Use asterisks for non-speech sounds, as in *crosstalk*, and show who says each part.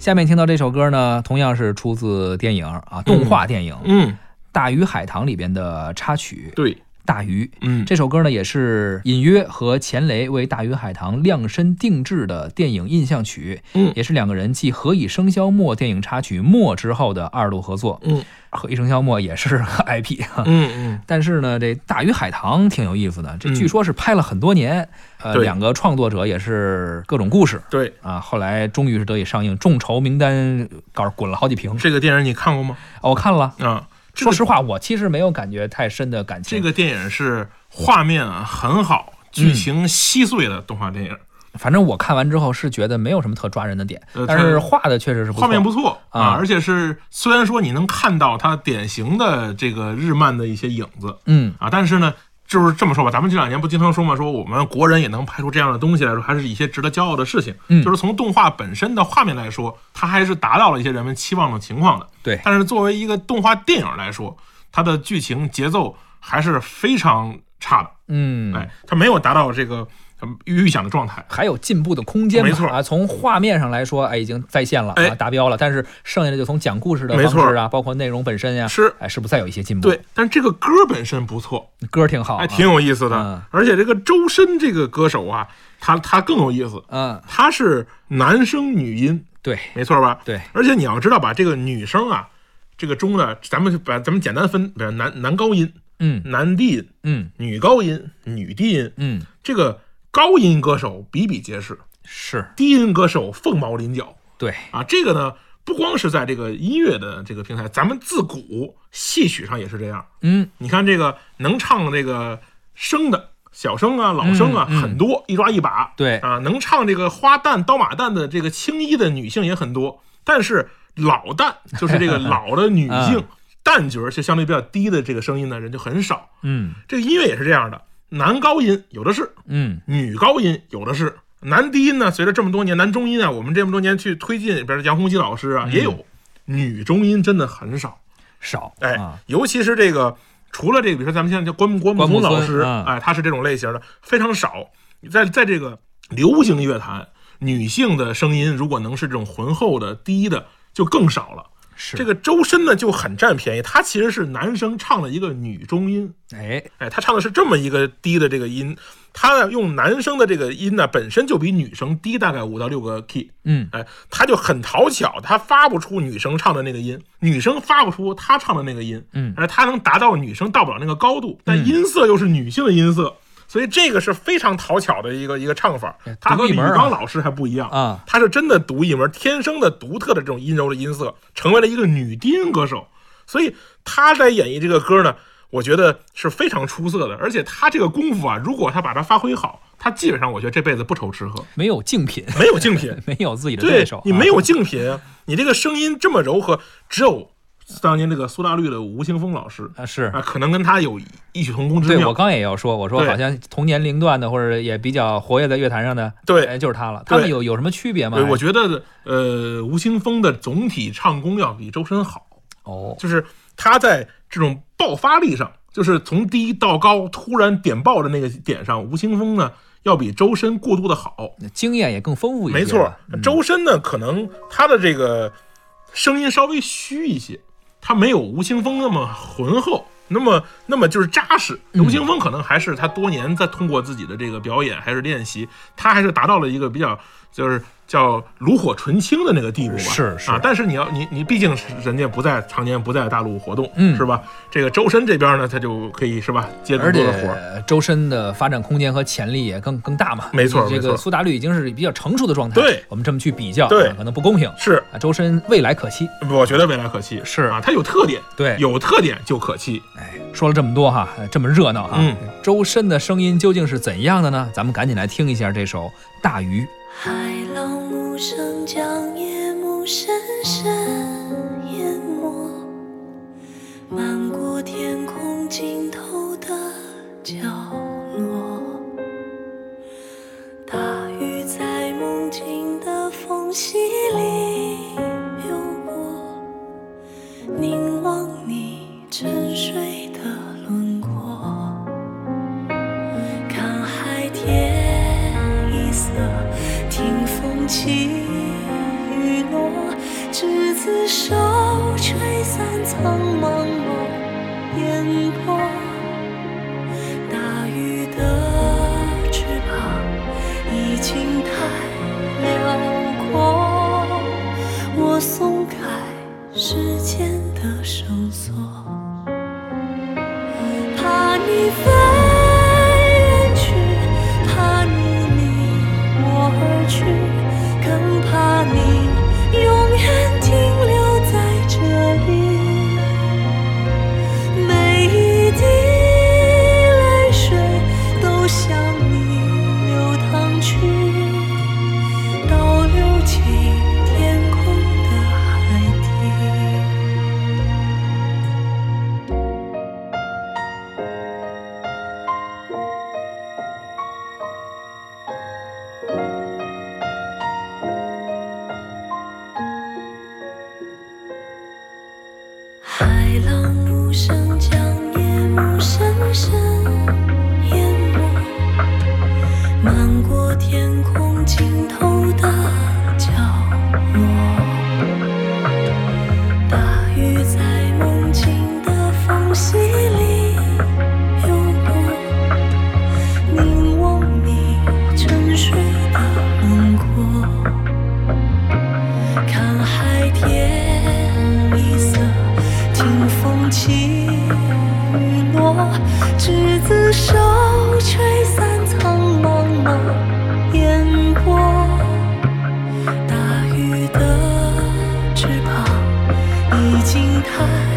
Speaker 1: 下面听到这首歌呢，同样是出自电影啊，动画电影《
Speaker 2: 嗯，
Speaker 1: 大鱼海棠》里边的插曲《
Speaker 2: 对，
Speaker 1: 大鱼》。
Speaker 2: 嗯，
Speaker 1: 这首歌呢，也是隐约和钱雷为《大鱼海棠》量身定制的电影印象曲，
Speaker 2: 嗯
Speaker 1: 也是两个人继《何以笙箫默》电影插曲《默》之后的二度合作。
Speaker 2: 嗯，
Speaker 1: 何以笙箫默》也是个 *laughs* IP 哈。
Speaker 2: 嗯嗯，
Speaker 1: 但是呢，这《大鱼海棠》挺有意思的，这
Speaker 2: 嗯
Speaker 1: 据说是拍了很多年，呃，
Speaker 2: 对
Speaker 1: 两个创作者也是各种故事
Speaker 2: 对，
Speaker 1: 啊，后来终于是得以上映，众筹名单稿滚了好几屏。
Speaker 2: 这个电影你看过吗？
Speaker 1: 啊我看了，
Speaker 2: 啊，这
Speaker 1: 说
Speaker 2: 个
Speaker 1: 实话，我其实没有感觉太深的感情。
Speaker 2: 这个电影是画面啊很好，剧情稀碎的动画电影，
Speaker 1: 反正我看完之后是觉得没有什么特抓人的点，
Speaker 2: 呃
Speaker 1: 但
Speaker 2: 它
Speaker 1: 是画的确实是不错
Speaker 2: 画面不错
Speaker 1: 啊
Speaker 2: 啊，而且是虽然说你能看到它典型的这个日漫的一些影子
Speaker 1: 嗯
Speaker 2: 啊，但是呢。就是这么说吧，咱们这两年不经常说嘛，说我们国人也能拍出这样的东西来说，还是一些值得骄傲的事情。
Speaker 1: 嗯
Speaker 2: 就是从动画本身的画面来说，它还是达到了一些人们期望的情况的。
Speaker 1: 对
Speaker 2: 但是作为一个动画电影来说，它的剧情节奏还是非常差的，
Speaker 1: 嗯，
Speaker 2: 哎，它没有达到这个嗯预想的状态。
Speaker 1: 还有进步的空间吧，
Speaker 2: 没错
Speaker 1: 啊，从画面上来说，哎，已经在线了
Speaker 2: 哎
Speaker 1: 啊，达标了，但是剩下的就从讲故事的
Speaker 2: 没错
Speaker 1: 方式啊，包括内容本身呀、
Speaker 2: 是
Speaker 1: 哎，是不是再有一些进步？
Speaker 2: 对，但这个歌本身不错，
Speaker 1: 歌挺好、啊，
Speaker 2: 哎，挺有意思的。
Speaker 1: 嗯
Speaker 2: 而且这个周深这个歌手啊，他他更有意思，
Speaker 1: 嗯，
Speaker 2: 他是男声女音，
Speaker 1: 对
Speaker 2: 没错吧？
Speaker 1: 对，
Speaker 2: 而且你要知道吧，这个女生啊，这个中呢，咱们就把咱们简单分，比如男男高音、
Speaker 1: 嗯
Speaker 2: 男低音、
Speaker 1: 嗯
Speaker 2: 女高音、女低音，
Speaker 1: 嗯，
Speaker 2: 这个高音歌手比比皆是，
Speaker 1: 是
Speaker 2: 低音歌手凤毛麟角
Speaker 1: 对，
Speaker 2: 啊。这个呢，不光是在这个音乐的这个平台，咱们自古戏曲上也是这样。
Speaker 1: 嗯
Speaker 2: 你看这个能唱这个生的小生啊、老生啊，
Speaker 1: 嗯嗯
Speaker 2: 很多，一抓一把。
Speaker 1: 对
Speaker 2: 啊，能唱这个花旦、刀马旦的这个青衣的女性也很多，但是老旦就是这个老的女性旦角，就相对比较低的这个声音呢，人就很少。
Speaker 1: 嗯
Speaker 2: 这个音乐也是这样的，男高音有的是，
Speaker 1: 嗯
Speaker 2: 女高音有的是，男低音呢，随着这么多年男中音啊，我们这么多年去推进，比如杨洪基老师啊，也有女中音真的很少。
Speaker 1: 少
Speaker 2: 哎，
Speaker 1: 啊，
Speaker 2: 尤其是这个，除了这个，比如说咱们现在叫关木关
Speaker 1: 关牧
Speaker 2: 牧宗老
Speaker 1: 村
Speaker 2: 师，
Speaker 1: 嗯
Speaker 2: 哎，他是这种类型的非常少。在在这个流行乐坛，女性的声音如果能是这种浑厚的、低的，就更少了。
Speaker 1: 是
Speaker 2: 这个周深呢就很占便宜，他其实是男生唱的一个女中音，
Speaker 1: 哎
Speaker 2: 哎，他唱的是这么一个低的这个音，他呢用男生的这个音呢本身就比女生低大概五到六个 key，
Speaker 1: 嗯
Speaker 2: 哎，他就很讨巧，他发不出女生唱的那个音，女生发不出他唱的那个音，
Speaker 1: 嗯
Speaker 2: 而他能达到女生到不了那个高度，但音色又是女性的音色，所以这个是非常讨巧的一个一个唱法
Speaker 1: 哎。
Speaker 2: 他和
Speaker 1: 独一
Speaker 2: 李玉
Speaker 1: 门啊
Speaker 2: 刚老师还不一样，
Speaker 1: 啊
Speaker 2: 他是真的独一门，天生的独特的这种阴柔的音色，成为了一个女低音歌手。所以他在演绎这个歌呢，我觉得是非常出色的。而且他这个功夫啊，如果他把它发挥好，他基本上我觉得这辈子不愁吃喝，
Speaker 1: 没有竞品， *laughs*
Speaker 2: 没有竞品。
Speaker 1: 没有自己的
Speaker 2: 对
Speaker 1: 手，
Speaker 2: 你
Speaker 1: 啊
Speaker 2: 没有竞品啊，你这个声音这么柔和，只有当年这个苏打绿的吴青峰老师
Speaker 1: 啊是
Speaker 2: 啊，可能跟他有异曲同工之
Speaker 1: 对我
Speaker 2: 妙。
Speaker 1: 刚也要说，我说
Speaker 2: 对
Speaker 1: 好像同年龄段的或者也比较活跃在乐坛上的，
Speaker 2: 对
Speaker 1: 哎，就是他了。他们
Speaker 2: 对
Speaker 1: 有有什么区别吗？
Speaker 2: 对，我觉得呃，吴青峰的总体唱功要比周深好，
Speaker 1: 哦，
Speaker 2: 就是他在这种爆发力上，就是从低到高突然点爆的那个点上，吴青峰呢要比周深过渡的好。
Speaker 1: 经验也更丰富一些。嗯
Speaker 2: 没错，周深呢可能他的这个声音稍微虚一些，他没有吴青峰那么浑厚。那么，那么就是扎实。
Speaker 1: 嗯
Speaker 2: 吴青峰可能还是他多年在通过自己的这个表演还是练习，他还是达到了一个比较就是叫炉火纯青的那个地步吧。
Speaker 1: 是是
Speaker 2: 啊，但是你要你你毕竟是人家不在常年不在大陆活动，
Speaker 1: 嗯
Speaker 2: 是吧？这个周深这边呢，他就可以是吧接更
Speaker 1: 而
Speaker 2: 多
Speaker 1: 且
Speaker 2: 的活儿。
Speaker 1: 周深的发展空间和潜力也更更大嘛。
Speaker 2: 没错
Speaker 1: 这
Speaker 2: 没
Speaker 1: 个
Speaker 2: 错
Speaker 1: 苏打绿已经是比较成熟的状态，
Speaker 2: 对
Speaker 1: 我们这么去比较，
Speaker 2: 对
Speaker 1: 啊可能不公平。
Speaker 2: 是，
Speaker 1: 啊，周深未来可期。
Speaker 2: 我觉得未来可期
Speaker 1: 是
Speaker 2: 啊，他有特点，
Speaker 1: 对
Speaker 2: 有特点就可期。
Speaker 1: 哎，说了这么多哈，呃这么热闹哈，
Speaker 2: 嗯
Speaker 1: 周深的声音究竟是怎样的呢？咱们赶紧来听一下这首《大鱼》。
Speaker 3: 海浪无声将夜幕深深淹没，漫过天空尽头的角落。大鱼在梦境的缝隙里游过，凝望你沉睡的轮廓。看海天一色，听风起雨落，执子手，吹散苍茫我烟波。大鱼的翅膀已经太辽阔，我松开时间的绳索。怕你飞远去，怕你离我而去，更怕你永远停留在这里。每一滴泪水都向你流淌去，倒流进天空的海底。海浪无声将夜幕深深淹没，漫过天空尽头的角落。大雨在梦境的缝隙里游过，凝望你沉睡的轮廓。看海天一色，听风起雨落，执子手，吹散苍茫茫烟波。大鱼的翅膀已经太